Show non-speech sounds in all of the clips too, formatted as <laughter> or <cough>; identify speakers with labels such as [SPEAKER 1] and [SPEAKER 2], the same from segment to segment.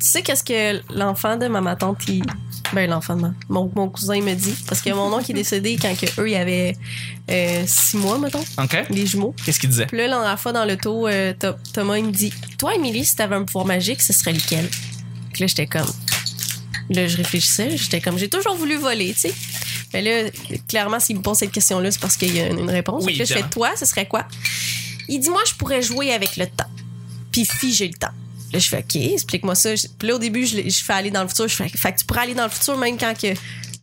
[SPEAKER 1] Tu sais qu'est-ce que l'enfant de ma ma tante, il... ben l'enfant de ma... mon, mon cousin me dit parce que mon oncle est décédé quand que eux il y avait euh, six mois mettons,
[SPEAKER 2] OK.
[SPEAKER 1] les jumeaux.
[SPEAKER 2] Qu'est-ce qu'il disait?
[SPEAKER 1] Puis là, la dernière fois dans l'auto, euh, Tho- Thomas il me dit, toi Émilie, si t'avais un pouvoir magique, ce serait lequel Puis là, j'étais comme, là je réfléchissais, j'étais comme, j'ai toujours voulu voler, tu sais. Mais là, clairement, s'il me pose cette question-là, c'est parce qu'il y a une, une réponse.
[SPEAKER 2] Oui,
[SPEAKER 1] Puis là, je fais,
[SPEAKER 2] évidemment.
[SPEAKER 1] toi, ce serait quoi Il dit, moi, je pourrais jouer avec le temps. Puis figer le temps. Là, je fais OK, explique-moi ça. Je- Puis là, au début, je, l'ai- je fais aller dans le futur. Je fais, fait que tu pourrais aller dans le futur même quand que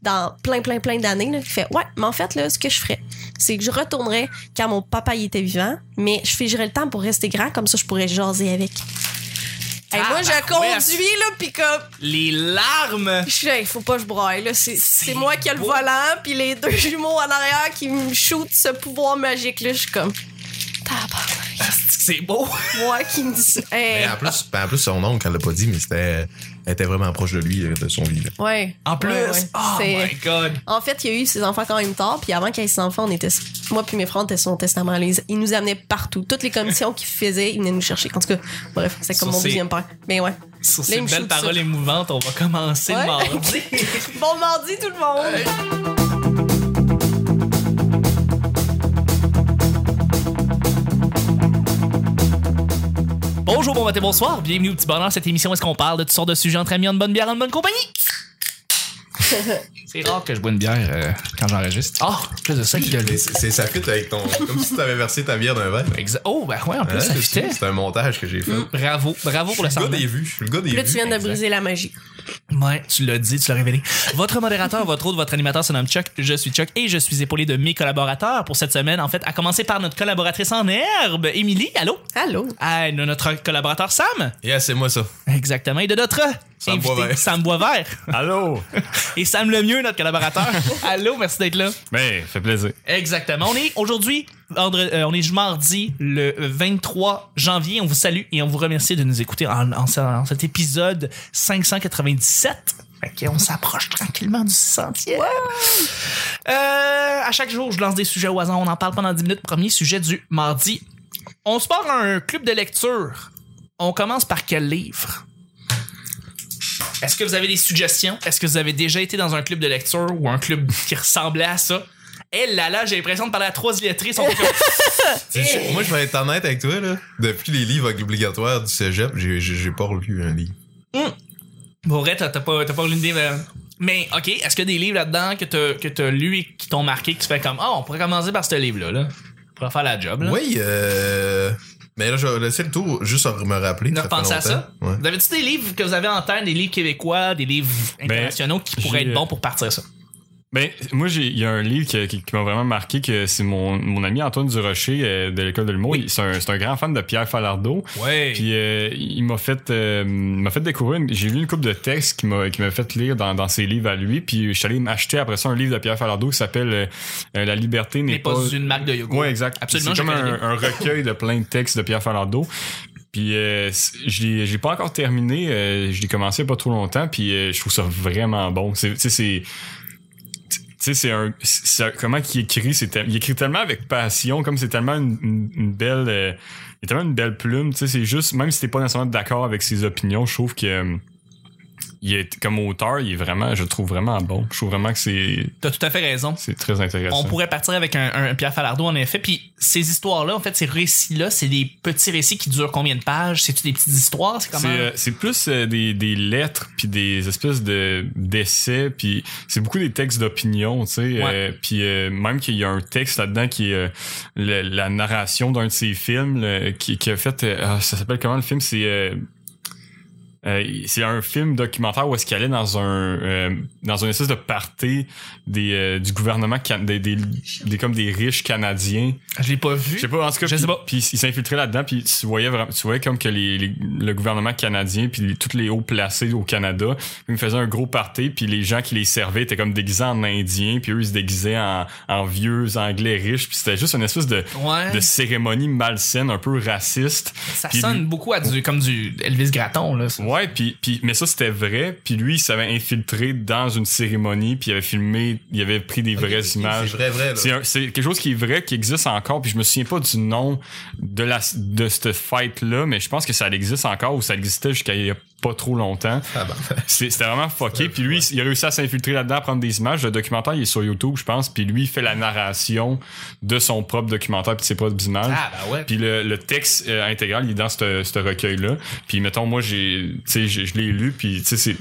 [SPEAKER 1] dans plein, plein, plein d'années. là. Il fait Ouais, mais en fait, là, ce que je ferais, c'est que je retournerais quand mon papa il était vivant, mais je figerais le temps pour rester grand, comme ça, je pourrais jaser avec. Hey,
[SPEAKER 2] Ah,
[SPEAKER 1] moi,
[SPEAKER 2] bah,
[SPEAKER 1] je
[SPEAKER 2] ouais.
[SPEAKER 1] conduis, là, puis comme,
[SPEAKER 2] Les
[SPEAKER 1] <laughs>
[SPEAKER 2] larmes!
[SPEAKER 1] je suis là, il faut pas que je broie, là. C'est, c'est
[SPEAKER 2] C'est
[SPEAKER 1] moi qui ai le
[SPEAKER 2] beau.
[SPEAKER 1] volant, puis les deux jumeaux en arrière qui me shootent ce pouvoir magique, là. Je suis comme, tabarnak,
[SPEAKER 2] Ah, c'est-tu que C'est beau!
[SPEAKER 1] moi qui me dis ça. Hey,
[SPEAKER 3] Mais en plus, ben, en plus, son oncle, elle l'a pas dit, mais c'était, elle était vraiment proche de lui, euh, de son vivant.
[SPEAKER 1] ouais.
[SPEAKER 2] En plus!
[SPEAKER 1] Ouais, ouais.
[SPEAKER 2] Oh
[SPEAKER 1] C'est-
[SPEAKER 2] my god!
[SPEAKER 1] En fait, il y a eu ses enfants quand même tard, puis avant qu'il y ait ses enfants, on était, moi puis mes frères, on était sur son testament. là. Ils, ils nous amenaient partout. Toutes les commissions qu'ils faisaient, ils venaient nous chercher. En tout cas, bref, c'est comme
[SPEAKER 2] Ça,
[SPEAKER 1] mon
[SPEAKER 2] c'est-
[SPEAKER 1] deuxième père. Mais ouais.
[SPEAKER 2] Sur
[SPEAKER 1] il
[SPEAKER 2] ces
[SPEAKER 1] me
[SPEAKER 2] belles
[SPEAKER 1] shoot
[SPEAKER 2] paroles
[SPEAKER 1] ça.
[SPEAKER 2] émouvantes, on va commencer
[SPEAKER 1] Ouais.
[SPEAKER 2] le
[SPEAKER 1] <laughs>
[SPEAKER 2] mardi.
[SPEAKER 1] Bon mardi, tout le monde!
[SPEAKER 2] Bonjour, bon matin, bonsoir. Bienvenue au petit bonheur. Cette émission, où est-ce qu'on parle de toutes sortes de sujets entre amis, en bonne bière, en bonne
[SPEAKER 1] <laughs>
[SPEAKER 2] compagnie? C'est rare que je bois une bière euh, quand j'enregistre. Oh, plus de ça qui
[SPEAKER 3] Mais c'est, c'est- ça fit avec ton. comme si tu avais versé ta bière d'un verre.
[SPEAKER 2] Exa- Oh, ben ouais, en plus,
[SPEAKER 3] Hein?
[SPEAKER 2] ça fitait.
[SPEAKER 3] c'est, c'est un montage que j'ai fait.
[SPEAKER 2] Bravo, bravo pour le
[SPEAKER 3] Je suis le
[SPEAKER 2] sang.
[SPEAKER 3] gars des vues. Je suis le gars des
[SPEAKER 1] Puis là,
[SPEAKER 3] vues.
[SPEAKER 1] tu viens de
[SPEAKER 2] exact.
[SPEAKER 1] briser la magie.
[SPEAKER 2] Ouais, tu l'as dit, tu l'as révélé. Votre modérateur, votre autre, votre animateur se nomme Chuck. Je suis Chuck et je suis épaulé de mes collaborateurs pour cette semaine. En fait, à commencer par notre collaboratrice en herbe, Émilie. Allô?
[SPEAKER 1] Allô?
[SPEAKER 2] Ah, de notre collaborateur Sam.
[SPEAKER 3] Yeah, c'est moi ça.
[SPEAKER 2] Exactement. Et de notre
[SPEAKER 3] Sam
[SPEAKER 2] invité,
[SPEAKER 3] Boisvert.
[SPEAKER 2] Sam Boisvert.
[SPEAKER 4] Allô?
[SPEAKER 2] Et Sam Lemieux, notre collaborateur.
[SPEAKER 3] <laughs>
[SPEAKER 2] Allô, merci d'être là.
[SPEAKER 4] Ben, fait plaisir.
[SPEAKER 2] Exactement. On est aujourd'hui, vendre- euh, on est mardi le 23 janvier. On vous salue et on vous remercie de nous écouter en, en ce- en cet épisode 597. Ok, on s'approche tranquillement du 600e. Euh, à chaque jour, je lance des sujets au hasard. On en parle pendant 10 minutes. Premier sujet du mardi. On se part à un club de lecture. On commence par quel livre? Est-ce que vous avez des suggestions? Est-ce que vous avez déjà été dans un club de lecture ou un club qui ressemblait à ça? Elle, Eh là, là, j'ai l'impression de parler à trois illettrés. Sont comme...
[SPEAKER 1] Eh!
[SPEAKER 3] Je- moi, je vais être honnête avec toi, là. Depuis les livres obligatoires du cégep, j'ai, j'ai, j'ai pas relu un livre.
[SPEAKER 2] Bon, vrai, t'as t'as pas, t'as pas une idée. Mais, mais, OK, est-ce qu'il y a des livres là-dedans que t'as que t'as lu et qui t'ont marqué, que tu fais comme, ah, on pourrait commencer par ce livre-là, là. On pourrait faire la job, là.
[SPEAKER 3] Oui, euh. Mais là, je vais laisser le tour juste à me rappeler.
[SPEAKER 2] Ne
[SPEAKER 3] ça fait
[SPEAKER 2] repensez à ça.
[SPEAKER 3] longtemps. Ouais.
[SPEAKER 2] Vous avez-tu des livres que vous avez en tête, des livres québécois, des livres internationaux qui pourraient
[SPEAKER 4] Ben, j'ai,
[SPEAKER 2] être bons pour partir ça?
[SPEAKER 4] Ben, moi, j'ai- il y a un livre qui, qui- qui m'a vraiment marqué, que c'est mon, mon ami Antoine Durocher euh, de l'École de l'humour. Il- C'est un, c'est un grand fan de Pierre Falardeau.
[SPEAKER 2] Ouais.
[SPEAKER 4] Puis euh, il m'a fait, euh, il m'a fait découvrir, une- j'ai lu une coupe de textes qui m'a qui m'a fait lire dans, dans ses livres à lui. Puis je suis allé m'acheter après ça un livre de Pierre Falardeau qui s'appelle euh, euh, La liberté
[SPEAKER 2] n'est
[SPEAKER 4] n'est
[SPEAKER 2] pas une marque de yoga.
[SPEAKER 4] Ouais, exact.
[SPEAKER 2] Absolument,
[SPEAKER 4] C'est comme
[SPEAKER 2] je connais
[SPEAKER 4] un, un recueil de plein de textes de Pierre Falardeau. Puis euh, c'est- je l'ai- je l'ai pas encore terminé. euh, je l'ai commencé il y a pas trop longtemps. Puis euh, je trouve ça vraiment bon. C'est- Tu sais, c'est tu sais, c'est un, c'est un- comment qu'il écrit, c'est tel- il écrit tellement avec passion, comme c'est tellement une, une- une belle, euh, il a tellement une belle plume, tu sais, c'est juste, même si t'es pas nécessairement d'accord avec ses opinions, je trouve que, euh, il est, comme auteur, il est vraiment, je le trouve vraiment bon. Je trouve vraiment que c'est,
[SPEAKER 2] T'as tout à fait raison.
[SPEAKER 4] c'est très intéressant.
[SPEAKER 2] On pourrait partir avec un, un Pierre Falardeau, en effet. Puis ces histoires-là, en fait, ces récits-là, c'est des petits récits qui durent combien de pages? C'est-tu des petites histoires? C'est
[SPEAKER 4] C'est,
[SPEAKER 2] comment?
[SPEAKER 4] euh, c'est plus euh, des, des lettres puis des espèces de d'essais puis c'est beaucoup des textes d'opinion tu sais euh, puis euh, même qu'il y a un texte là-dedans qui est euh, le- la narration d'un de ses films là, qui, qui a fait euh, ah, ça s'appelle comment le film c'est euh, euh, c'est un film documentaire où est-ce qu'il allait dans un euh, dans une espèce de party des euh, du gouvernement can- des, des, des- comme des riches canadiens
[SPEAKER 2] Je l'ai pas vu.
[SPEAKER 4] je sais pas, en tout cas,
[SPEAKER 2] Je sais
[SPEAKER 4] puis-
[SPEAKER 2] pas.
[SPEAKER 4] Puis il s'infiltrait là-dedans, puis tu voyais vraiment, tu voyais comme que les, les- le gouvernement canadien, puis les- tous les hauts placés au Canada, ils me faisaient un gros party, puis les gens qui les servaient étaient comme déguisés en indiens, puis eux ils se déguisaient en, en vieux anglais riches, puis c'était juste une espèce de,
[SPEAKER 2] Ouais.
[SPEAKER 4] de cérémonie malsaine, un peu raciste.
[SPEAKER 2] Ça
[SPEAKER 4] Puis
[SPEAKER 2] sonne beaucoup à du, comme du Elvis Gratton, là. ça.
[SPEAKER 4] Ouais, puis, puis mais ça c'était vrai, puis lui il s'avait infiltré dans une cérémonie, puis il avait filmé, il avait pris des vraies images.
[SPEAKER 3] C'est vrai, vrai, là.
[SPEAKER 4] C'est un- C'est quelque chose qui est vrai, qui existe encore, puis je me souviens pas du nom de la de cette fête là, mais je pense que ça existe encore ou ça existait jusqu'à il y a pas trop longtemps.
[SPEAKER 3] Ah ben,
[SPEAKER 4] <laughs> C'est- C'était vraiment fucké. Puis lui, il a réussi à s'infiltrer là-dedans, à prendre des images. Le documentaire, il est sur YouTube, je pense. Puis lui, il fait la narration de son propre documentaire puis de ses propres images.
[SPEAKER 2] Ah, bah ouais.
[SPEAKER 4] Puis le, le texte euh, intégral, il est dans ce ce recueil-là. Puis mettons, moi, j'ai, tu sais, j'ai- je l'ai lu, puis tu sais, c'est.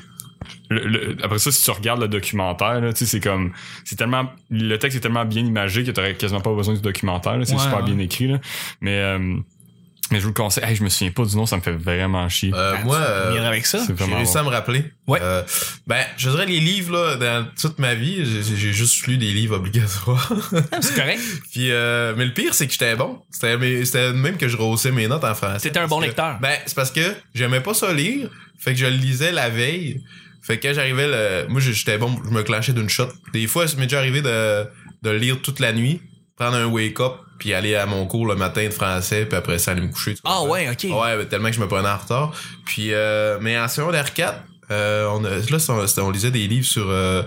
[SPEAKER 4] le- le- après ça, si tu regardes le documentaire, là, tu sais, c'est comme, c'est tellement, le texte est tellement bien imagé que t'aurais quasiment pas besoin du documentaire. là. C'est
[SPEAKER 2] Ouais,
[SPEAKER 4] super
[SPEAKER 2] ouais.
[SPEAKER 4] bien écrit, là. Mais, euh, mais je vous le conseille. Hey, je me souviens pas du nom, ça me fait vraiment chier.
[SPEAKER 3] euh,
[SPEAKER 2] Ah,
[SPEAKER 3] moi,
[SPEAKER 2] tu peux
[SPEAKER 3] euh,
[SPEAKER 2] venir avec ça.
[SPEAKER 4] c'est
[SPEAKER 3] j'ai
[SPEAKER 4] vraiment
[SPEAKER 3] réussi
[SPEAKER 4] bon.
[SPEAKER 3] à me rappeler.
[SPEAKER 2] Ouais.
[SPEAKER 3] Euh, ben, je dirais les livres, là, dans toute ma vie, j'ai- j'ai juste lu des livres obligatoires. <laughs>
[SPEAKER 2] Ah, C'est correct.
[SPEAKER 4] <laughs>
[SPEAKER 3] Puis, euh, mais le pire, c'est que j'étais bon. C'était mes- c'était même que je rehaussais mes notes en français.
[SPEAKER 2] T'étais un bon
[SPEAKER 3] Parce que-
[SPEAKER 2] lecteur.
[SPEAKER 3] Ben, c'est parce que j'aimais pas ça lire. Fait que je le lisais la veille. Fait que quand j'arrivais, le... moi, j'étais bon, je me clenchais d'une shot. Des fois, ça m'est déjà arrivé de, de lire toute la nuit, prendre un wake-up, puis aller à mon cours le matin de français, puis après ça, aller me coucher. tu
[SPEAKER 2] Ah,
[SPEAKER 3] comprends?
[SPEAKER 2] ouais, ok.
[SPEAKER 3] Ouais, ben, tellement que je me prenais en retard. Puis, euh, mais en secondaire 4, euh, on, a- là, c'est- on, c'était- on lisait des livres sur. euh,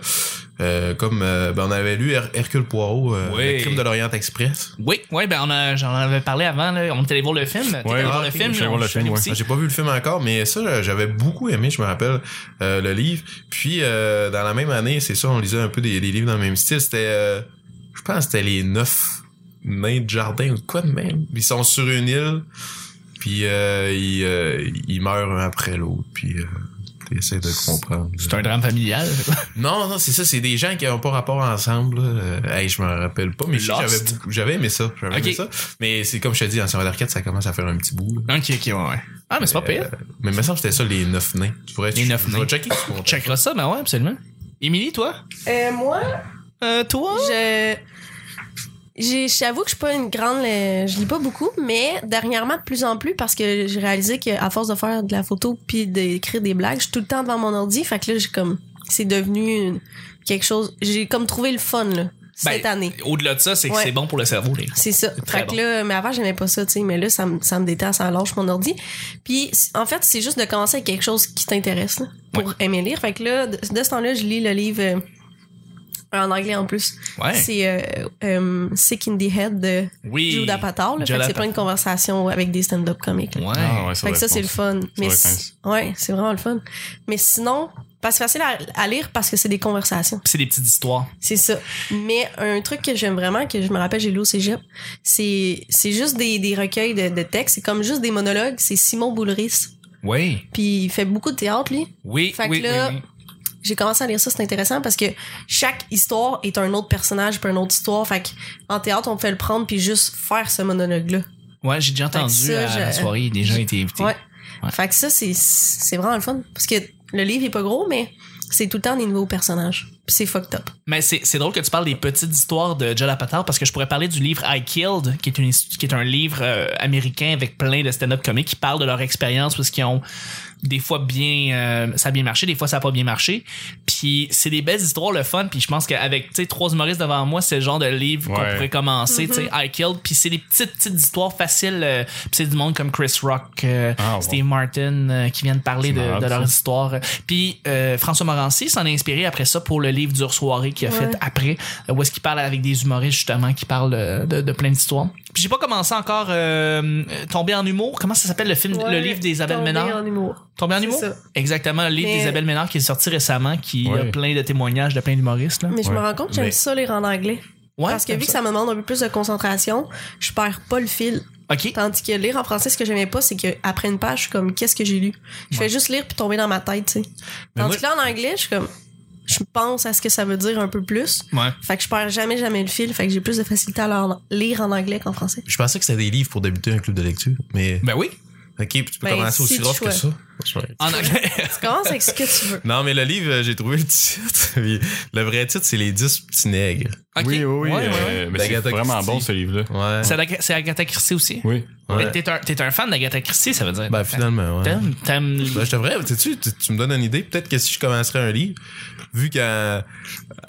[SPEAKER 3] euh, comme euh, ben, on avait lu Her- Hercule Poirot, euh,
[SPEAKER 2] Oui.
[SPEAKER 3] Le crime de l'Orient Express.
[SPEAKER 2] Oui, oui, ben on a, j'en avais parlé avant, là. on était allé voir le film. T'étais
[SPEAKER 4] Ouais,
[SPEAKER 2] allé voir
[SPEAKER 4] ah,
[SPEAKER 2] le
[SPEAKER 4] ok,
[SPEAKER 2] film.
[SPEAKER 4] je suis allé
[SPEAKER 2] on-
[SPEAKER 4] voir le
[SPEAKER 2] je suis
[SPEAKER 4] film,
[SPEAKER 2] allé
[SPEAKER 4] ouais.
[SPEAKER 2] aussi.
[SPEAKER 3] Ah, J'ai pas vu le film encore, mais ça, j'avais beaucoup aimé, je me rappelle, euh, le livre. Puis, euh, dans la même année, c'est ça, on lisait un peu des, des livres dans le même style. C'était, euh, je pense, que c'était les neuf nains de jardin ou de quoi de même. Ils sont sur une île, puis euh, ils, euh, ils meurent un après l'autre, puis euh, t'essaies de comprendre.
[SPEAKER 2] C'est un drame
[SPEAKER 4] <laughs>
[SPEAKER 2] familial.
[SPEAKER 3] Non, non, c'est ça, c'est des gens qui n'ont pas rapport ensemble. là. Euh, hey, je me rappelle pas, mais je sais que j'avais
[SPEAKER 2] Lost.
[SPEAKER 3] beaucoup- j'avais aimé ça. J'avais
[SPEAKER 2] Ok.
[SPEAKER 3] aimé ça. Mais c'est comme je te dis, en secondaire 4, ça commence à faire un petit bout. là.
[SPEAKER 2] ok, ok, ouais, ouais. Ah, mais c'est pas
[SPEAKER 4] euh,
[SPEAKER 2] pire.
[SPEAKER 3] Mais il me semble que c'était ça, les neuf nains. Tu pourrais
[SPEAKER 2] Les neuf
[SPEAKER 3] je vais
[SPEAKER 2] nains.
[SPEAKER 3] checker sur mon
[SPEAKER 2] On checkera ça, ben ouais, absolument. Émilie, toi?
[SPEAKER 1] Euh, moi,
[SPEAKER 2] Euh, toi?
[SPEAKER 1] je. j'ai- J'avoue que je suis pas une grande. euh, Je lis pas beaucoup, mais dernièrement, de plus en plus, parce que j'ai réalisé qu'à force de faire de la photo puis d'écrire des blagues, je suis tout le temps devant mon ordi. Fait que là, j'ai comme. C'est devenu une- quelque chose. J'ai comme trouvé le fun, là, cette
[SPEAKER 2] Ben,
[SPEAKER 1] année.
[SPEAKER 2] Au-delà de ça, c'est que
[SPEAKER 1] Ouais.
[SPEAKER 2] c'est bon pour le cerveau, les
[SPEAKER 1] C'est ça.
[SPEAKER 2] très
[SPEAKER 1] Fait que
[SPEAKER 2] bon.
[SPEAKER 1] là, mais avant, j'aimais pas ça, tu sais. Mais là, ça me, ça me détend, ça lâche mon ordi. Puis, c- en fait, c'est juste de commencer avec quelque chose qui t'intéresse, là, pour aimer lire. Fait que là, de, de ce temps-là, je lis le livre euh, en anglais en plus.
[SPEAKER 2] Ouais.
[SPEAKER 1] C'est euh, euh, Sick in the Head de
[SPEAKER 2] Oui.
[SPEAKER 1] Judah Patar. là. Fait que
[SPEAKER 2] Judah
[SPEAKER 1] c'est plein de conversations avec des stand-up comiques. là.
[SPEAKER 2] Ouais.
[SPEAKER 4] Ah, ouais, ça
[SPEAKER 1] Fait que
[SPEAKER 4] doit
[SPEAKER 1] ça,
[SPEAKER 4] être
[SPEAKER 1] c'est
[SPEAKER 4] bon.
[SPEAKER 1] le fun. Mais
[SPEAKER 4] doit être
[SPEAKER 1] si- ouais, c'est vraiment le fun. Mais sinon, pas c'est facile à, à lire parce que c'est des conversations.
[SPEAKER 2] Puis C'est des petites histoires.
[SPEAKER 1] C'est ça. Mais un truc que j'aime vraiment, que je me rappelle, j'ai lu au cégep, c'est, c'est juste des, des recueils de, de textes. C'est comme juste des monologues. C'est Simon Boulris.
[SPEAKER 2] Oui.
[SPEAKER 1] Puis il fait beaucoup de théâtre, lui.
[SPEAKER 2] Oui,
[SPEAKER 1] Fait que
[SPEAKER 2] oui,
[SPEAKER 1] là-
[SPEAKER 2] oui, oui.
[SPEAKER 1] J'ai commencé à lire ça, c'est intéressant parce que chaque histoire est un autre personnage puis une autre histoire. Fait que en théâtre, on fait le prendre puis juste faire ce monologue-là.
[SPEAKER 2] Ouais, j'ai déjà
[SPEAKER 1] Fait que
[SPEAKER 2] entendu
[SPEAKER 1] ça,
[SPEAKER 2] à la
[SPEAKER 1] je-
[SPEAKER 2] soirée, des gens étaient invités.
[SPEAKER 1] Ouais.
[SPEAKER 2] Ouais.
[SPEAKER 1] Fait que ça, c'est, c'est vraiment le fun. Parce que le livre est pas gros, mais c'est tout le temps des nouveaux personnages. Puis c'est fucked up.
[SPEAKER 2] Mais c'est c'est drôle que tu parles des petites histoires de Judd Apatow parce que je pourrais parler du livre I Killed, qui est, une, his- qui est un livre euh, américain avec plein de stand-up comiques qui parlent de leur expérience parce qu'ils ont des fois bien euh, ça a bien marché, des fois ça a pas bien marché. Puis c'est des belles histoires, le fun. Puis je pense qu'avec tu sais, trois humoristes devant moi, c'est le genre de livre qu'on
[SPEAKER 4] Ouais.
[SPEAKER 2] pourrait commencer. tu sais I Killed. Puis c'est des petites petites histoires faciles. euh, puis c'est du monde comme Chris Rock, euh,
[SPEAKER 4] Ah, ouais.
[SPEAKER 2] Steve Martin, euh, qui viennent parler
[SPEAKER 4] C'est
[SPEAKER 2] de,
[SPEAKER 4] malade,
[SPEAKER 2] de leur
[SPEAKER 4] ça.
[SPEAKER 2] histoire. Puis euh, François Morancy s'en est inspiré après ça pour le livre Dure Soirée qu'il a
[SPEAKER 1] Ouais.
[SPEAKER 2] fait après, euh, où est-ce qu'il parle avec des humoristes justement qui parlent euh, de, de plein d'histoires. Puis j'ai pas commencé encore euh, euh, Tomber en humour. Comment ça s'appelle le film, le livre d'Isabelle
[SPEAKER 1] Tomber
[SPEAKER 2] Ménard?
[SPEAKER 1] en humour.
[SPEAKER 2] Tomber en
[SPEAKER 1] C'est
[SPEAKER 2] humour?
[SPEAKER 1] ça.
[SPEAKER 2] Exactement, le livre
[SPEAKER 1] Mais-
[SPEAKER 2] d'Isabelle Ménard qui est sorti récemment, qui a
[SPEAKER 4] Ouais.
[SPEAKER 2] plein de témoignages de plein d'humoristes. là.
[SPEAKER 1] Mais je me
[SPEAKER 4] Ouais.
[SPEAKER 1] rends compte que j'aime
[SPEAKER 2] Mais-
[SPEAKER 1] ça lire en anglais.
[SPEAKER 2] Ouais,
[SPEAKER 1] parce que
[SPEAKER 2] comme
[SPEAKER 1] vu que ça me demande un peu plus de concentration, je perds pas le fil.
[SPEAKER 2] Ok.
[SPEAKER 1] Tandis que lire en français, ce que j'aimais pas, c'est qu'après une page, je suis comme, qu'est-ce que j'ai lu? Je fais juste lire puis tomber dans ma tête, tu sais.
[SPEAKER 4] Mais
[SPEAKER 1] Tandis
[SPEAKER 4] moi-
[SPEAKER 1] que là, en anglais, je suis comme, je pense à ce que ça veut dire un peu plus.
[SPEAKER 2] Ouais.
[SPEAKER 1] Fait que je perds jamais, jamais le fil. Fait que j'ai plus de facilité à leur- lire en anglais qu'en français.
[SPEAKER 3] Je pensais que c'était des livres pour débuter un club de lecture, mais
[SPEAKER 2] Ben oui.
[SPEAKER 3] ok, puis tu peux
[SPEAKER 1] Ben,
[SPEAKER 3] commencer aussi
[SPEAKER 1] si,
[SPEAKER 3] rough
[SPEAKER 1] tu
[SPEAKER 3] que ça.
[SPEAKER 2] En anglais.
[SPEAKER 1] Tu commences avec ce que tu veux.
[SPEAKER 3] Non, mais le livre, euh, j'ai trouvé le titre. <laughs> puis le vrai titre, c'est Les 10 petits nègres.
[SPEAKER 2] Ok.
[SPEAKER 4] Oui, oui, oui.
[SPEAKER 2] Ouais, ouais,
[SPEAKER 4] euh,
[SPEAKER 2] ouais.
[SPEAKER 4] mais c'est
[SPEAKER 3] D'Agatha
[SPEAKER 4] vraiment
[SPEAKER 3] Christie.
[SPEAKER 4] bon, ce livre-là.
[SPEAKER 3] Ouais.
[SPEAKER 2] C'est Agatha- C'est Agatha Christie aussi.
[SPEAKER 4] Oui.
[SPEAKER 3] Ouais.
[SPEAKER 2] Mais T'es un, t'es un fan d'Agatha Christie, ça veut dire.
[SPEAKER 3] Ben, finalement, ouais.
[SPEAKER 2] T'aimes, t'aimes les-
[SPEAKER 3] Ben, je devrais, sais-tu, tu, tu me donnes une idée. Peut-être que si je commencerais un livre, vu qu'en.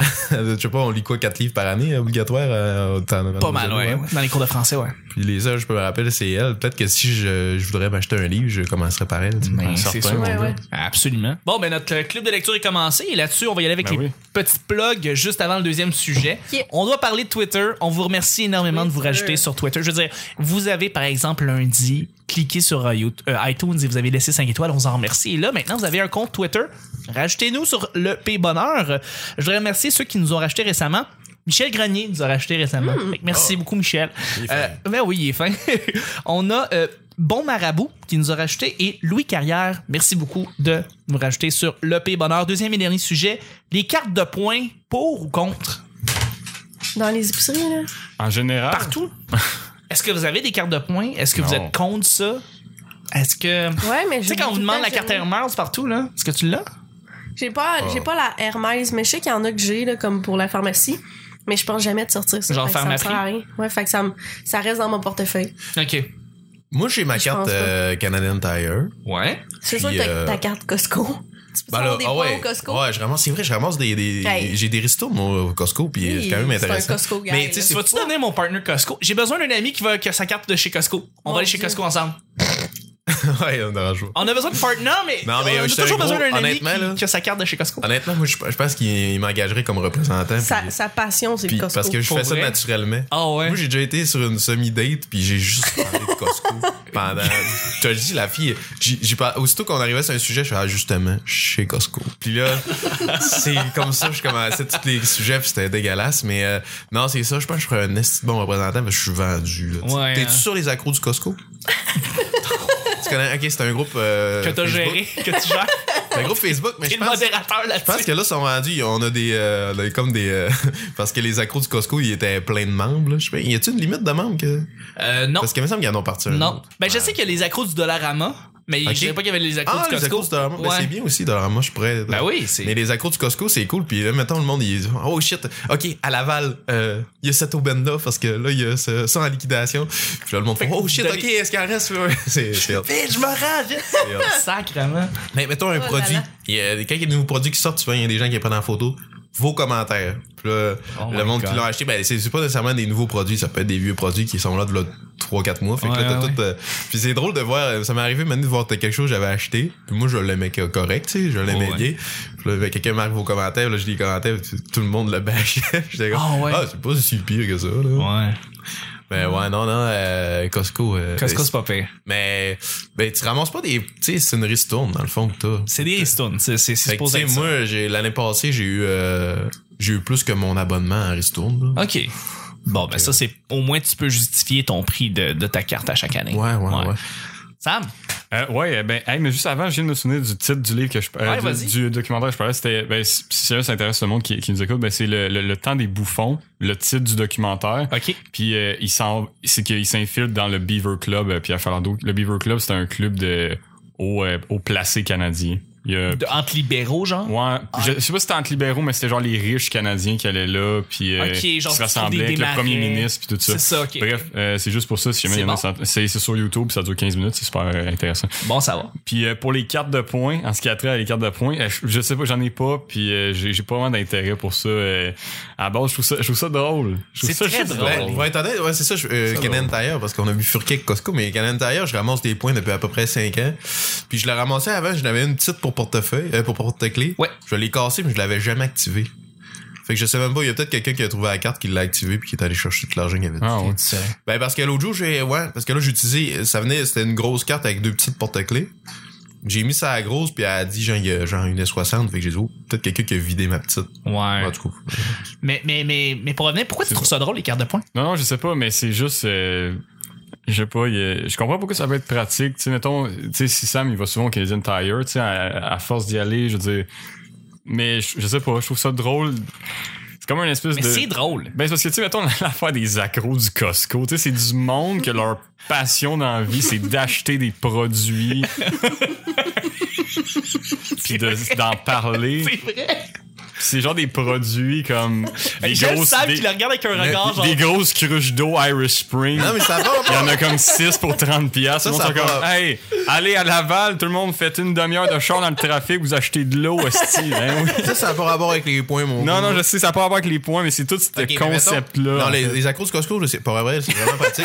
[SPEAKER 3] <laughs> je sais pas, on lit quoi, 4 livres par année, obligatoire? euh, t'en-
[SPEAKER 2] Pas mal, ouais.
[SPEAKER 3] hein.
[SPEAKER 2] Dans les cours de français, ouais.
[SPEAKER 3] Puis les heures, je peux me rappeler, c'est elle. Peut-être que si je, je voudrais m'acheter un livre, je commencerais par elle. tu sais.
[SPEAKER 2] Mais
[SPEAKER 4] euh,
[SPEAKER 3] c'est
[SPEAKER 4] certain.
[SPEAKER 3] sûr.
[SPEAKER 4] mon
[SPEAKER 1] Ouais,
[SPEAKER 4] gars.
[SPEAKER 1] ouais.
[SPEAKER 2] Ben, Absolument. Bon, ben notre club de lecture est commencé et là-dessus, on va y aller avec
[SPEAKER 4] Ben
[SPEAKER 2] les
[SPEAKER 4] oui.
[SPEAKER 2] petites plugs juste avant le deuxième sujet.
[SPEAKER 1] Yeah.
[SPEAKER 2] On doit parler de Twitter. On vous remercie énormément de vous
[SPEAKER 1] Twitter.
[SPEAKER 2] rajouter sur Twitter. Je veux dire, vous avez par exemple lundi cliqué sur euh, You- euh, iTunes et vous avez laissé 5 étoiles. On vous en remercie. Et là, maintenant, vous avez un compte Twitter. Rajoutez-nous sur le P Bonheur. Euh, Je voudrais remercier ceux qui nous ont racheté récemment. Michel Grenier nous a racheté récemment.
[SPEAKER 1] Hmm.
[SPEAKER 2] Fait que Merci beaucoup, Michel.
[SPEAKER 3] Ah. Il est fin.
[SPEAKER 2] Euh, ben oui, il est fin. <laughs> On a euh, Bon Marabout qui nous a rajouté et Louis Carrière, merci beaucoup de nous rajouter sur le P Bonheur. Deuxième et dernier sujet, les cartes de points pour ou contre
[SPEAKER 1] Dans les épiceries, là.
[SPEAKER 4] En
[SPEAKER 3] <laughs>
[SPEAKER 4] général.
[SPEAKER 2] partout. Est-ce que vous avez des cartes de points? Est-ce que vous
[SPEAKER 4] Non.
[SPEAKER 2] êtes contre ça? Est-ce que...
[SPEAKER 1] Ouais, mais
[SPEAKER 2] Tu
[SPEAKER 1] je-
[SPEAKER 2] sais, quand on vous demande la carte Hermès partout, là, est-ce que tu l'as?
[SPEAKER 1] J'ai pas, j'ai pas la Hermès, mais je sais qu'il y en a que j'ai, là, comme pour la pharmacie. Mais je pense jamais de sortir ça.
[SPEAKER 2] Genre
[SPEAKER 1] Fait que ça
[SPEAKER 2] pharmacie?
[SPEAKER 1] me sert à rien. Ouais, fait que ça, me- ça reste dans mon portefeuille.
[SPEAKER 2] OK.
[SPEAKER 3] Moi, j'ai ma
[SPEAKER 1] Je
[SPEAKER 3] carte
[SPEAKER 1] pense pas.
[SPEAKER 3] euh, Canadian Tire.
[SPEAKER 2] Ouais.
[SPEAKER 1] C'est
[SPEAKER 3] Puis,
[SPEAKER 1] sûr que t'as
[SPEAKER 3] euh,
[SPEAKER 1] ta carte Costco. Tu peux
[SPEAKER 3] Ben
[SPEAKER 1] avoir
[SPEAKER 3] là,
[SPEAKER 1] des
[SPEAKER 3] ah
[SPEAKER 1] points
[SPEAKER 3] ouais,
[SPEAKER 1] au Costco.
[SPEAKER 3] ouais, je ramasse, c'est vrai, je ramasse des, des-
[SPEAKER 1] Hey.
[SPEAKER 3] j'ai des restos moi au Costco, puis
[SPEAKER 1] Oui,
[SPEAKER 3] c'est quand même
[SPEAKER 1] c'est un
[SPEAKER 3] intéressant.
[SPEAKER 1] Costco guy,
[SPEAKER 3] mais tu sais,
[SPEAKER 1] là.
[SPEAKER 2] Ben, Tu
[SPEAKER 3] c'est
[SPEAKER 2] vas-tu donner mon partner Costco? J'ai besoin d'un ami qui va qui a sa carte de chez Costco. On
[SPEAKER 1] Mon
[SPEAKER 2] va aller chez
[SPEAKER 1] Dieu.
[SPEAKER 2] Costco ensemble.
[SPEAKER 3] <laughs> ouais, on arrange pas.
[SPEAKER 2] On a besoin de partner, mais
[SPEAKER 3] Non, mais,
[SPEAKER 2] on a
[SPEAKER 3] euh, je suis
[SPEAKER 2] toujours
[SPEAKER 3] un
[SPEAKER 2] besoin
[SPEAKER 3] gros-
[SPEAKER 2] d'un ami qui,
[SPEAKER 3] honnêtement, là.
[SPEAKER 2] qui a sa carte de chez Costco.
[SPEAKER 3] Honnêtement, moi, je, je pense qu'il il m'engagerait comme représentant.
[SPEAKER 1] Sa,
[SPEAKER 3] puis-
[SPEAKER 1] sa passion, c'est
[SPEAKER 3] puis-
[SPEAKER 1] le Costco.
[SPEAKER 3] parce que je
[SPEAKER 2] Pour
[SPEAKER 3] fais ça
[SPEAKER 2] vrai?
[SPEAKER 3] naturellement.
[SPEAKER 2] Ah ouais.
[SPEAKER 3] Moi, j'ai déjà été sur une semi-date, puis j'ai juste parlé de
[SPEAKER 2] <laughs>
[SPEAKER 3] Costco pendant. Je te le dis, la fille, j'ai j'ai pas. Aussitôt qu'on arrivait sur un sujet, je fais ah, justement chez Costco. Puis là, c'est comme ça, je commençais tous les sujets, puis c'était dégueulasse. Mais euh, non, c'est ça, je pense que je ferais un esti de bon représentant, parce que je suis vendu. là, tu sais.
[SPEAKER 2] Ouais,
[SPEAKER 3] T'es-tu
[SPEAKER 2] hein.
[SPEAKER 3] sur les accros du Costco? tu connais? Ok, c'est un groupe. euh,
[SPEAKER 2] que t'as
[SPEAKER 3] Facebook.
[SPEAKER 2] géré, que tu
[SPEAKER 3] <laughs>
[SPEAKER 2] gères.
[SPEAKER 3] C'est un groupe Facebook, mais
[SPEAKER 2] T'es
[SPEAKER 3] je
[SPEAKER 2] le
[SPEAKER 3] pense.
[SPEAKER 2] modérateur
[SPEAKER 3] Je pense
[SPEAKER 2] là-dessus.
[SPEAKER 3] que là, sont rendus, on a des, euh, là, comme des, euh, <laughs> parce que les accros du Costco, ils étaient pleins de membres, là. Je sais pas, y a-tu une limite de membres que?
[SPEAKER 2] Euh, non.
[SPEAKER 3] Parce qu'il me semble qu'ils en ont parti un
[SPEAKER 2] Non.
[SPEAKER 3] autre.
[SPEAKER 2] Ben, je
[SPEAKER 3] Ouais.
[SPEAKER 2] sais qu'il y a les accros du Dollarama, mais
[SPEAKER 3] Ok.
[SPEAKER 2] je savais pas qu'il y avait les accros
[SPEAKER 3] Ah,
[SPEAKER 2] du
[SPEAKER 3] les
[SPEAKER 2] Costco.
[SPEAKER 3] accros du Dollarama. Ben,
[SPEAKER 2] Ouais.
[SPEAKER 3] c'est bien aussi, Dollarama, je pourrais.
[SPEAKER 2] Ben oui, c'est.
[SPEAKER 3] Mais les accros du Costco, c'est cool. Puis là, mettons, le monde, il dit Oh shit, OK, à Laval, euh, il y a cette aubaine-là parce que là, il y a ce- ça en liquidation. Puis là, le monde fait
[SPEAKER 2] Fait que
[SPEAKER 3] Oh shit,
[SPEAKER 2] vous
[SPEAKER 3] OK,
[SPEAKER 2] allez-
[SPEAKER 3] est-ce qu'il en reste <laughs> C'est c'est hot,
[SPEAKER 2] Vite, je me rage!
[SPEAKER 3] <laughs> c'est hot.
[SPEAKER 2] Sacrement.
[SPEAKER 3] Mais mettons un
[SPEAKER 1] Oh là
[SPEAKER 3] produit,
[SPEAKER 1] là.
[SPEAKER 3] il y a, quand il y a des nouveaux produits qui sortent, souvent, il y a des gens qui les prennent en photo. Vos commentaires. Puis là,
[SPEAKER 2] Oh my
[SPEAKER 3] le monde
[SPEAKER 2] God.
[SPEAKER 3] qui l'a acheté, ben, c'est c'est pas nécessairement des nouveaux produits, ça peut être des vieux produits qui sont là de 3-4 mois. Fait que
[SPEAKER 2] Ouais,
[SPEAKER 3] là, t'as
[SPEAKER 2] ouais,
[SPEAKER 3] tout, euh, Puis c'est drôle de voir, euh, ça m'est arrivé maintenant de voir t'as quelque chose que j'avais acheté. Puis moi, je l'aimais co- correct, tu sais, je l'aimais
[SPEAKER 2] Ouais.
[SPEAKER 3] bien. Puis là, ben, quelqu'un marque vos commentaires, là, je lis les commentaires, puis tout le monde le bâche. <laughs> J'étais comme,
[SPEAKER 2] Ah ouais.
[SPEAKER 3] ah, c'est pas si pire que ça, là.
[SPEAKER 2] Ouais.
[SPEAKER 3] Ben ouais, non, non, euh, Costco. euh,
[SPEAKER 2] Costco, c'est pas pire.
[SPEAKER 3] mais, ben, tu ramasses pas des, tu sais, c'est une ristourne, dans le fond, que t'as.
[SPEAKER 2] C'est des restounes. C'est c'est- c'est
[SPEAKER 3] Fait que, tu
[SPEAKER 2] supposé
[SPEAKER 3] sais,
[SPEAKER 2] être ça.
[SPEAKER 3] moi, j'ai- l'année passée, j'ai eu, euh, j'ai eu plus que mon abonnement à Ristourne. là.
[SPEAKER 2] OK. Bon, ben ça, c'est au moins tu peux justifier ton prix de, de ta carte à chaque année.
[SPEAKER 3] Ouais, ouais, ouais.
[SPEAKER 2] Sam,
[SPEAKER 4] Euh, ouais, euh, ben, hey, mais juste avant, je viens de me souvenir du titre du livre que je euh,
[SPEAKER 2] Ouais,
[SPEAKER 4] du-
[SPEAKER 2] vas-y.
[SPEAKER 4] du, documentaire que je parlais. C'était, ben, si si sérieux, ça intéresse le monde qui, qui nous écoute, ben, c'est le, le- le temps des bouffons, le titre du documentaire.
[SPEAKER 2] OK.
[SPEAKER 4] Puis euh, il s'en- c'est qu'il s'infiltre dans le Beaver Club, euh, Pierre Falardeau. Le Beaver Club, c'est un club de haut, euh, haut placé canadien. Il y a-
[SPEAKER 2] De, entre libéraux, genre.
[SPEAKER 4] Ouais, je, je sais pas si c'était entre libéraux, mais c'était genre les riches canadiens qui allaient là, puis euh,
[SPEAKER 2] Ok,
[SPEAKER 4] qui
[SPEAKER 2] genre
[SPEAKER 4] se
[SPEAKER 2] des-
[SPEAKER 4] rassemblaient
[SPEAKER 2] des
[SPEAKER 4] avec le
[SPEAKER 2] marais.
[SPEAKER 4] premier ministre, puis tout ça.
[SPEAKER 2] C'est ça, ok.
[SPEAKER 4] Bref, euh, c'est juste pour ça, si jamais il y en a,
[SPEAKER 2] C'est
[SPEAKER 4] ça- c'est c'est sur YouTube, ça dure 15 minutes, c'est super euh, intéressant.
[SPEAKER 2] Bon, ça va.
[SPEAKER 4] Puis euh, pour les cartes de points, en ce qui a trait à les cartes de points, euh, je- je sais pas, j'en ai pas, puis euh, j'ai j'ai pas vraiment d'intérêt pour ça. euh, à la base, je trouve ça, je trouve ça drôle. Je trouve
[SPEAKER 2] C'est
[SPEAKER 4] ça
[SPEAKER 2] très
[SPEAKER 4] juste
[SPEAKER 2] drôle.
[SPEAKER 3] Ben, ouais, attendez, ouais, c'est ça, je, euh,
[SPEAKER 4] Ça
[SPEAKER 3] Canadian Tire, parce qu'on a vu Furquet avec Costco, mais Canadian Tire, je ramasse des points depuis à peu près 5 ans. Puis je la ramassais avant, je l'avais une petite pour portefeuille, euh, pour porte-clés.
[SPEAKER 2] Ouais.
[SPEAKER 3] Je l'ai cassée, mais je l'avais jamais activée. Fait que je sais même pas, il y a peut-être quelqu'un qui a trouvé la carte, qui l'a activée, puis qui est allé chercher tout l'argent qu'il avait.
[SPEAKER 4] Ah ouais.
[SPEAKER 3] Ben, parce que l'autre jour, j'ai, ouais, parce que là, j'utilisais, ça venait, c'était une grosse carte avec deux petites porte-clés. J'ai mis ça à la grosse, puis elle a dit, genre, il y a genre une S60, fait que j'ai dit, oh, peut-être quelqu'un qui a vidé ma petite.
[SPEAKER 2] Ouais.
[SPEAKER 3] En tout cas.
[SPEAKER 2] Mais, mais, mais, mais pour revenir, pourquoi tu
[SPEAKER 4] C'est
[SPEAKER 2] trouves ça drôle, les cartes de points?
[SPEAKER 4] Non, non, je sais pas, mais c'est juste. euh, je sais pas, il y a- je comprends pourquoi ça peut être pratique. Tu sais, mettons, tu sais, si Sam, il va souvent au Canadian Tire, tu sais, à, à force d'y aller, je veux dire. Mais je, je sais pas, je trouve ça drôle. C'est comme une espèce
[SPEAKER 2] Mais
[SPEAKER 4] de.
[SPEAKER 2] c'est drôle.
[SPEAKER 4] Ben, c'est parce que, tu sais, mettons, <laughs> l'affaire des accros du Costco, tu sais, c'est du monde que leur passion dans la vie, c'est d'acheter
[SPEAKER 3] <laughs>
[SPEAKER 4] des produits. Puis de- d'en parler.
[SPEAKER 2] C'est vrai.
[SPEAKER 4] Puis C'est genre des produits comme. Des
[SPEAKER 2] Je le
[SPEAKER 4] grosses-
[SPEAKER 2] Sam
[SPEAKER 4] des-
[SPEAKER 2] qui le regarde avec un regard, genre.
[SPEAKER 4] des grosses cruches d'eau Irish Spring.
[SPEAKER 3] Non, mais ça va
[SPEAKER 4] Il y en
[SPEAKER 3] pas.
[SPEAKER 4] a comme 6 pour 30 piastres.
[SPEAKER 3] Ça,
[SPEAKER 4] Ils
[SPEAKER 3] ça
[SPEAKER 4] sont
[SPEAKER 3] va.
[SPEAKER 4] comme, hey, Allez à Laval, tout le monde fait une demi-heure de char dans le trafic, vous achetez de l'eau, hostie. Ben oui.
[SPEAKER 3] Ça, ça n'a pas rapport avec les points, mon
[SPEAKER 4] Non,
[SPEAKER 3] gars.
[SPEAKER 4] non, je sais, ça n'a pas à voir avec les points, mais c'est tout ce
[SPEAKER 3] Ok, mais
[SPEAKER 4] concept-là.
[SPEAKER 3] mettons-
[SPEAKER 4] en
[SPEAKER 3] Non, les,
[SPEAKER 4] fait.
[SPEAKER 3] les accros de Costco, je sais pas vrai, c'est vraiment
[SPEAKER 4] <laughs>
[SPEAKER 3] pratique.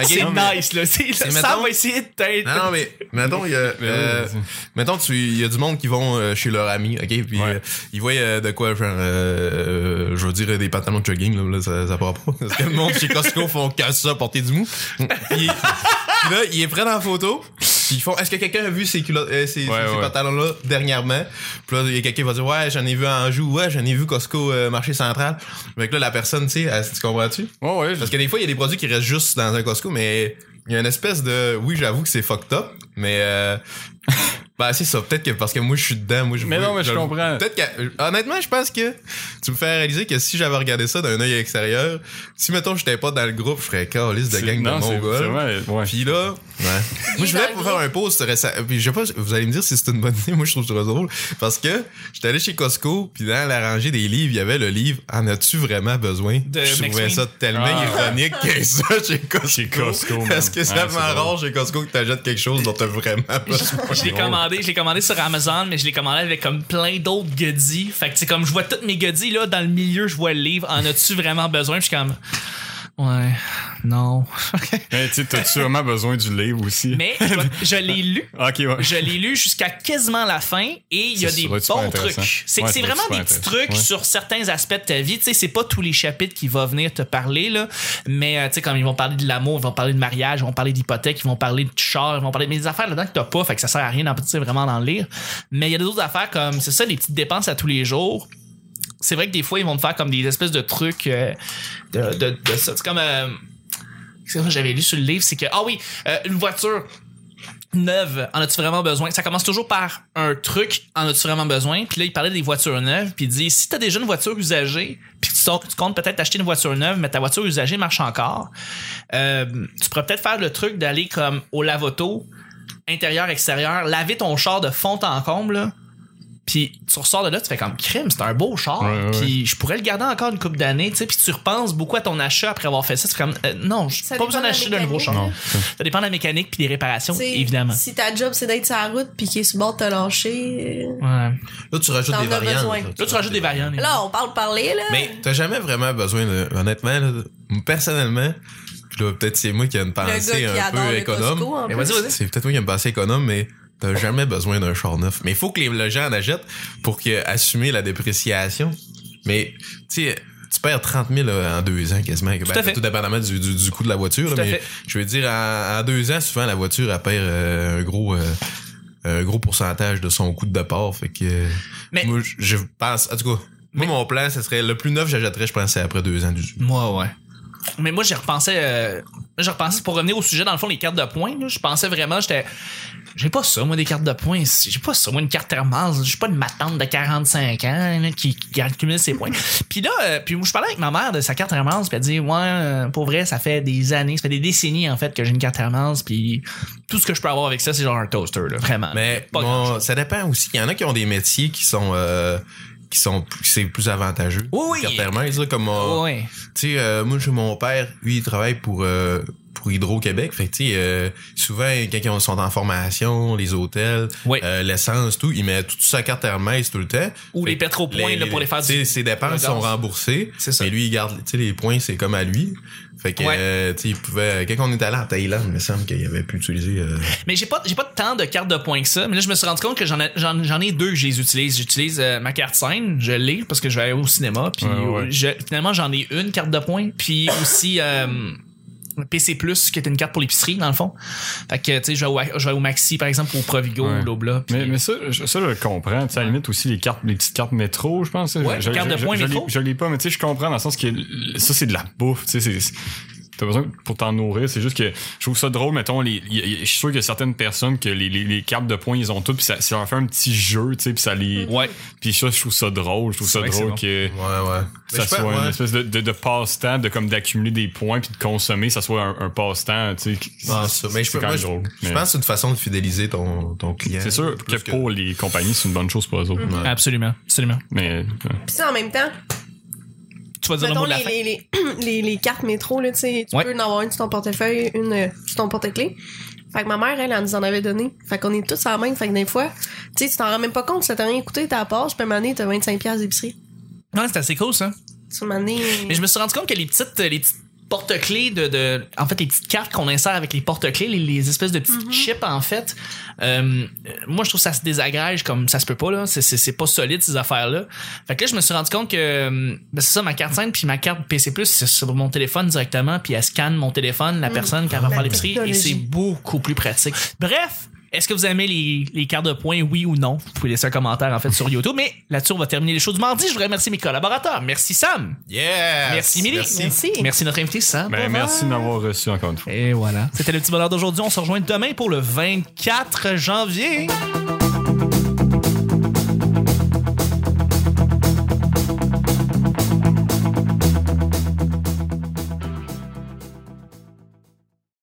[SPEAKER 3] Ok,
[SPEAKER 2] C'est
[SPEAKER 3] non, mais-
[SPEAKER 2] nice, là. C'est-
[SPEAKER 3] c'est,
[SPEAKER 2] ça
[SPEAKER 3] mettons-
[SPEAKER 2] va essayer de t'aider.
[SPEAKER 3] Non, non, mais mettons, il y a,
[SPEAKER 4] <laughs>
[SPEAKER 3] euh,
[SPEAKER 4] vas-y.
[SPEAKER 3] mettons, tu, il y a du monde qui vont euh, chez leur ami, ok, puis
[SPEAKER 4] Ouais.
[SPEAKER 3] euh, ils voient euh, de quoi, genre, euh, euh, je veux dire, des pantalons de jogging, là, là, ça, ça part pas. <laughs> Parce que le monde chez Costco font que ça, porter du mou. Puis, puis là, il est prêt dans la photo, puis ils font, est-ce que quelqu'un a vu ces culottes, euh, ces, ces-
[SPEAKER 4] Ouais,
[SPEAKER 3] ces
[SPEAKER 4] ouais.
[SPEAKER 3] pantalons-là dernièrement? Puis là, il y a quelqu'un qui va dire, ouais, j'en ai vu à Anjou, ouais, j'en ai vu Costco euh, marché central. Fait que là, la personne, tu sais, elle- tu comprends-tu?
[SPEAKER 4] Ouais, ouais, je-
[SPEAKER 3] Parce que des fois, il y a des produits qui restent juste dans un Costco, mais il y a une espèce de. Oui, j'avoue que c'est fucked up, mais. Euh... <laughs> bah, c'est ça. Peut-être que parce que moi, je suis dedans. Moi, je
[SPEAKER 4] Mais
[SPEAKER 3] veux-
[SPEAKER 4] non, mais je comprends.
[SPEAKER 3] Peut-être que. euh, Honnêtement, je pense que tu me fais réaliser que si j'avais regardé ça d'un œil extérieur, si mettons, j'étais pas dans le groupe, je ferais calice de
[SPEAKER 4] c'est-
[SPEAKER 3] gang de
[SPEAKER 4] non, c'est- c'est
[SPEAKER 3] Mongols.
[SPEAKER 4] vrai, ouais.
[SPEAKER 3] Puis là, moi je
[SPEAKER 1] dans
[SPEAKER 3] voulais
[SPEAKER 1] le
[SPEAKER 3] pour faire un pause récem- Puis je sais pas, vous allez me dire si c'est une bonne idée. Moi je trouve ça drôle parce que j'étais allé chez Costco, puis dans la rangée des livres, il y avait le livre En as-tu vraiment besoin
[SPEAKER 2] De
[SPEAKER 3] Je
[SPEAKER 2] Max
[SPEAKER 3] trouvais
[SPEAKER 2] Payne.
[SPEAKER 3] ça tellement
[SPEAKER 4] Ah.
[SPEAKER 3] ironique <laughs> que ça chez Costco.
[SPEAKER 4] Chez Costco, man.
[SPEAKER 3] parce que c'est
[SPEAKER 4] Ouais,
[SPEAKER 3] tellement
[SPEAKER 4] c'est drôle.
[SPEAKER 3] rare chez Costco que t'achètes quelque chose dont
[SPEAKER 1] <laughs>
[SPEAKER 3] t'as vraiment besoin.
[SPEAKER 2] Je l'ai commandé, je l'ai commandé sur Amazon, mais je l'ai commandé avec comme plein d'autres goodies. Fait que c'est comme je vois toutes mes goodies là dans le milieu, je vois le livre. En as-tu vraiment besoin Puis Je suis comme ouais,
[SPEAKER 3] <laughs>
[SPEAKER 2] non.
[SPEAKER 4] Mais tu sais, t'as sûrement besoin du livre aussi.
[SPEAKER 2] Mais je dois- je l'ai lu.
[SPEAKER 4] Ok, ouais.
[SPEAKER 2] Je l'ai lu jusqu'à quasiment la fin et il y a
[SPEAKER 4] Ça
[SPEAKER 2] des
[SPEAKER 4] doit être super
[SPEAKER 2] bons
[SPEAKER 4] intéressant.
[SPEAKER 2] trucs. C'est
[SPEAKER 4] Ouais,
[SPEAKER 2] c'est
[SPEAKER 4] ça doit être
[SPEAKER 2] vraiment
[SPEAKER 4] super
[SPEAKER 2] des petits
[SPEAKER 4] intéressant.
[SPEAKER 2] trucs
[SPEAKER 4] Ouais.
[SPEAKER 2] sur certains aspects de ta vie. Tu sais, c'est pas tous les chapitres qui vont venir te parler, là. Mais, euh, tu sais, comme ils vont parler de l'amour, ils vont parler de mariage, ils vont parler d'hypothèque, ils vont parler de char, ils vont parler de mes affaires là-dedans que t'as pas. Fait que ça sert à rien d'en partir vraiment d'en lire. Mais il y a d'autres affaires comme, c'est ça, les petites dépenses à tous les jours. C'est vrai que des fois, ils vont me faire comme des espèces de trucs euh, de, de, de ça. C'est comme. euh, c'est vrai, j'avais lu sur le livre, c'est que, ah oui, euh, une voiture neuve, en as-tu vraiment besoin? Ça commence toujours par un truc, en as-tu vraiment besoin? Puis là, il parlait des voitures neuves, puis il dit, si t'as déjà une voiture usagée, puis que tu, sors- tu comptes peut-être acheter une voiture neuve, mais ta voiture usagée marche encore, euh, tu pourrais peut-être faire le truc d'aller comme au lavoto, intérieur, extérieur, laver ton char de fond en comble, là. Puis tu ressors de là, tu fais comme crime, c'est un beau char.
[SPEAKER 4] Ouais, ouais,
[SPEAKER 2] puis je pourrais le garder encore une couple d'années, tu sais. Puis tu repenses beaucoup à ton achat après avoir fait ça. C'est comme euh, non, j'ai
[SPEAKER 1] Ça
[SPEAKER 2] pas
[SPEAKER 1] dépend
[SPEAKER 2] besoin
[SPEAKER 1] de la
[SPEAKER 2] d'acheter d'un nouveau
[SPEAKER 1] mécanique,
[SPEAKER 2] char.
[SPEAKER 1] là.
[SPEAKER 2] Ça dépend de la mécanique puis des réparations,
[SPEAKER 1] T'sais,
[SPEAKER 2] évidemment.
[SPEAKER 1] Si ta job c'est d'être sur la route puis qu'il est sur le bord de te lâcher. euh,
[SPEAKER 2] Ouais.
[SPEAKER 3] Là, tu rajoutes
[SPEAKER 1] T'en
[SPEAKER 3] des
[SPEAKER 1] as
[SPEAKER 3] variantes.
[SPEAKER 1] besoin.
[SPEAKER 2] Là, tu rajoutes des variantes. hein.
[SPEAKER 1] Là, on parle parler, là.
[SPEAKER 3] Mais t'as jamais vraiment besoin de. Honnêtement, là, personnellement, puis là, peut-être c'est moi qui ai une pensée
[SPEAKER 1] gars qui
[SPEAKER 3] un
[SPEAKER 1] adore
[SPEAKER 3] peu
[SPEAKER 1] le
[SPEAKER 3] économe.
[SPEAKER 1] Costco, en
[SPEAKER 3] Mais
[SPEAKER 1] plus.
[SPEAKER 3] vas-y, vas-y. C'est peut-être moi qui ai une pensée économe, mais t'as jamais besoin d'un char neuf. Mais il faut que les, le gens en achètent pour que, assumer la dépréciation. Mais, tu sais, tu perds 30 000 en deux ans quasiment. Ben,
[SPEAKER 2] à fait.
[SPEAKER 3] tout dépendamment du, du, du coût de la voiture.
[SPEAKER 2] Tout
[SPEAKER 3] là,
[SPEAKER 2] à
[SPEAKER 3] mais
[SPEAKER 2] fait.
[SPEAKER 3] je veux dire, en, en deux ans, souvent, la voiture, elle perd euh, un gros. euh, un gros pourcentage de son coût de départ. Fait que. euh,
[SPEAKER 2] Mais-
[SPEAKER 3] Moi, je- je pense. En tout cas, moi, mon plan, ce serait le plus neuf, j'achèterais, je pense, c'est après deux ans du
[SPEAKER 2] Moi, ouais. Mais moi, j'ai repensé. euh, j'ai repensé pour revenir au sujet, dans le fond, les cartes de points. là, Je pensais vraiment, j'étais. J'ai pas ça, moi, des cartes de points. J'ai pas ça, moi, une carte Hermès. Je suis pas de ma tante de 45 ans là, qui, qui accumule ses <laughs> points. puis là, euh, puis je parlais avec ma mère de sa carte Hermès, puis elle dit Ouais, euh, pour vrai, ça fait des années, ça fait des décennies, en fait, que j'ai une carte Hermès, puis tout ce que je peux avoir avec ça, c'est genre un toaster, là, vraiment.
[SPEAKER 3] Mais
[SPEAKER 2] Ah, Pas
[SPEAKER 3] bon,
[SPEAKER 2] grand-chose.
[SPEAKER 3] ça dépend aussi. Il y en a qui ont des métiers qui sont. euh, qui sont plus- c'est plus avantageux.
[SPEAKER 2] Oui, oui.
[SPEAKER 3] Carte Hermès, là, comme euh,
[SPEAKER 2] Ouais.
[SPEAKER 3] tu sais euh, moi chez mon père, lui il travaille pour euh, pour Hydro-Québec, fait que tu sais euh, souvent quand ils sont en formation, les hôtels,
[SPEAKER 2] Oui.
[SPEAKER 3] euh, l'essence tout, ils mettent toute sa carte Hermès tout le temps.
[SPEAKER 2] Ou
[SPEAKER 3] Fait
[SPEAKER 2] les
[SPEAKER 3] que
[SPEAKER 2] pétropoints, là, pour les faire
[SPEAKER 3] tu sais, ses dépenses
[SPEAKER 2] le
[SPEAKER 3] sont
[SPEAKER 2] gaz.
[SPEAKER 3] remboursées.
[SPEAKER 2] C'est ça.
[SPEAKER 3] Mais lui, il garde, tu sais, les points, c'est comme à lui. Fait que,
[SPEAKER 2] Ouais.
[SPEAKER 3] euh, tu sais, il pouvait, quand on est allé en Thaïlande, il me semble qu'il avait pu
[SPEAKER 2] <laughs>
[SPEAKER 3] utiliser, euh,
[SPEAKER 2] Mais j'ai pas, j'ai pas tant de cartes de points que ça. Mais là, je me suis rendu compte que j'en ai, j'en, j'en ai deux que je les utilise. J'utilise euh, ma carte scène, je l'ai parce que je vais aller au cinéma. Puis
[SPEAKER 4] Ouais, ouais.
[SPEAKER 2] je- finalement, j'en ai une carte de points. Puis aussi euh, PC Plus, qui est une carte pour l'épicerie, dans le fond. Fait que, tu sais, je vais, au, je vais au Maxi, par exemple, ou au Provigo,
[SPEAKER 4] Ouais.
[SPEAKER 2] ou l'Obla. puis-
[SPEAKER 4] Mais, mais ça, je- ça, je le comprends. Tu sais, à la limite aussi les cartes, les petites cartes métro, je pense.
[SPEAKER 2] Ouais,
[SPEAKER 4] je,
[SPEAKER 2] les cartes de
[SPEAKER 4] je-
[SPEAKER 2] points
[SPEAKER 4] je,
[SPEAKER 2] métro.
[SPEAKER 4] l'ai- Je l'ai pas, mais tu sais, je comprends dans le sens que l- ça, c'est de la bouffe. Tu sais, c'est- c'est- t'as besoin pour t'en nourrir. C'est juste que je trouve ça drôle. Mettons, les, y- y- je suis sûr qu'il y a certaines personnes que les, les, les cartes de points, ils ont toutes, puis ça, ça leur fait un petit jeu, tu sais, puis ça les.
[SPEAKER 2] Ouais.
[SPEAKER 4] Puis ça, je trouve ça drôle. Je trouve
[SPEAKER 2] C'est
[SPEAKER 4] ça
[SPEAKER 2] vrai que
[SPEAKER 4] drôle
[SPEAKER 2] c'est
[SPEAKER 4] que.
[SPEAKER 3] ouais, ouais.
[SPEAKER 4] que Ça
[SPEAKER 3] Mais Ben, je
[SPEAKER 4] soit
[SPEAKER 3] pense-
[SPEAKER 4] une
[SPEAKER 3] ouais.
[SPEAKER 4] espèce de, de, de passe-temps, de comme d'accumuler des points puis de consommer, ça soit un, un passe-temps, tu sais. qui-
[SPEAKER 3] Non, c'est Ah, ça. Mais je
[SPEAKER 4] Bah, c'est
[SPEAKER 3] peux-
[SPEAKER 4] quand
[SPEAKER 3] moi,
[SPEAKER 4] même
[SPEAKER 3] je-
[SPEAKER 4] drôle.
[SPEAKER 3] Je
[SPEAKER 4] Mais
[SPEAKER 3] pense que c'est une façon de fidéliser ton, ton client.
[SPEAKER 4] c'est sûr que,
[SPEAKER 3] Plus Mm.
[SPEAKER 4] pour les compagnies, c'est une bonne chose pour eux autres.
[SPEAKER 3] Ouais.
[SPEAKER 2] Absolument, absolument.
[SPEAKER 4] Mais euh,
[SPEAKER 1] Puis ça, en même temps,
[SPEAKER 2] Tu vas dire le
[SPEAKER 1] mettons
[SPEAKER 2] mot de la
[SPEAKER 1] les,
[SPEAKER 2] fin.
[SPEAKER 1] les, les, les- les cartes métro, là, tu sais, tu
[SPEAKER 2] Ouais.
[SPEAKER 1] peux en avoir une sur ton portefeuille, une euh, sur ton porte-clés. Fait que ma mère, elle, elle nous en avait donné. Fait qu'on est tous en même. Fait que des fois, tu sais, tu t'en rends même pas compte, ça t'a rien coûté, t'as la passe, puis à un moment donné, t'as 25$ piastres d'épicerie.
[SPEAKER 2] Ouais, c'est assez cool, ça.
[SPEAKER 1] Tu m'en
[SPEAKER 2] Mais je me suis rendu compte que les petites, les petites porte-clés de, de- En fait, les petites cartes qu'on insère avec les porte-clés, les, les espèces de
[SPEAKER 1] Mhm.
[SPEAKER 2] petites chips, en fait, euh, moi, je trouve que ça se désagrège comme ça se peut pas, là. C'est- C'est c'est pas solide, ces affaires-là. Fait que là, je me suis rendu compte que. euh, ben, c'est ça, ma carte simple, puis ma carte PC, c'est sur mon téléphone directement, puis elle scanne mon téléphone, la personne, quand elle va
[SPEAKER 1] Mm. La
[SPEAKER 2] faire l'épicerie, et
[SPEAKER 1] technologie.
[SPEAKER 2] c'est beaucoup plus pratique. Bref! Est-ce que vous aimez les, les cartes de points, oui ou non? Vous pouvez laisser un commentaire en fait sur YouTube. Mais là-dessus, on va terminer les choses du mardi. Je voudrais remercier mes collaborateurs. Merci Sam.
[SPEAKER 3] Yeah!
[SPEAKER 2] Merci Émilie.
[SPEAKER 1] Merci.
[SPEAKER 2] Merci notre invité Sam.
[SPEAKER 4] Ben, merci de m'avoir reçu encore une fois.
[SPEAKER 2] Et voilà. C'était le petit bonheur d'aujourd'hui. On se rejoint demain pour le 24 janvier.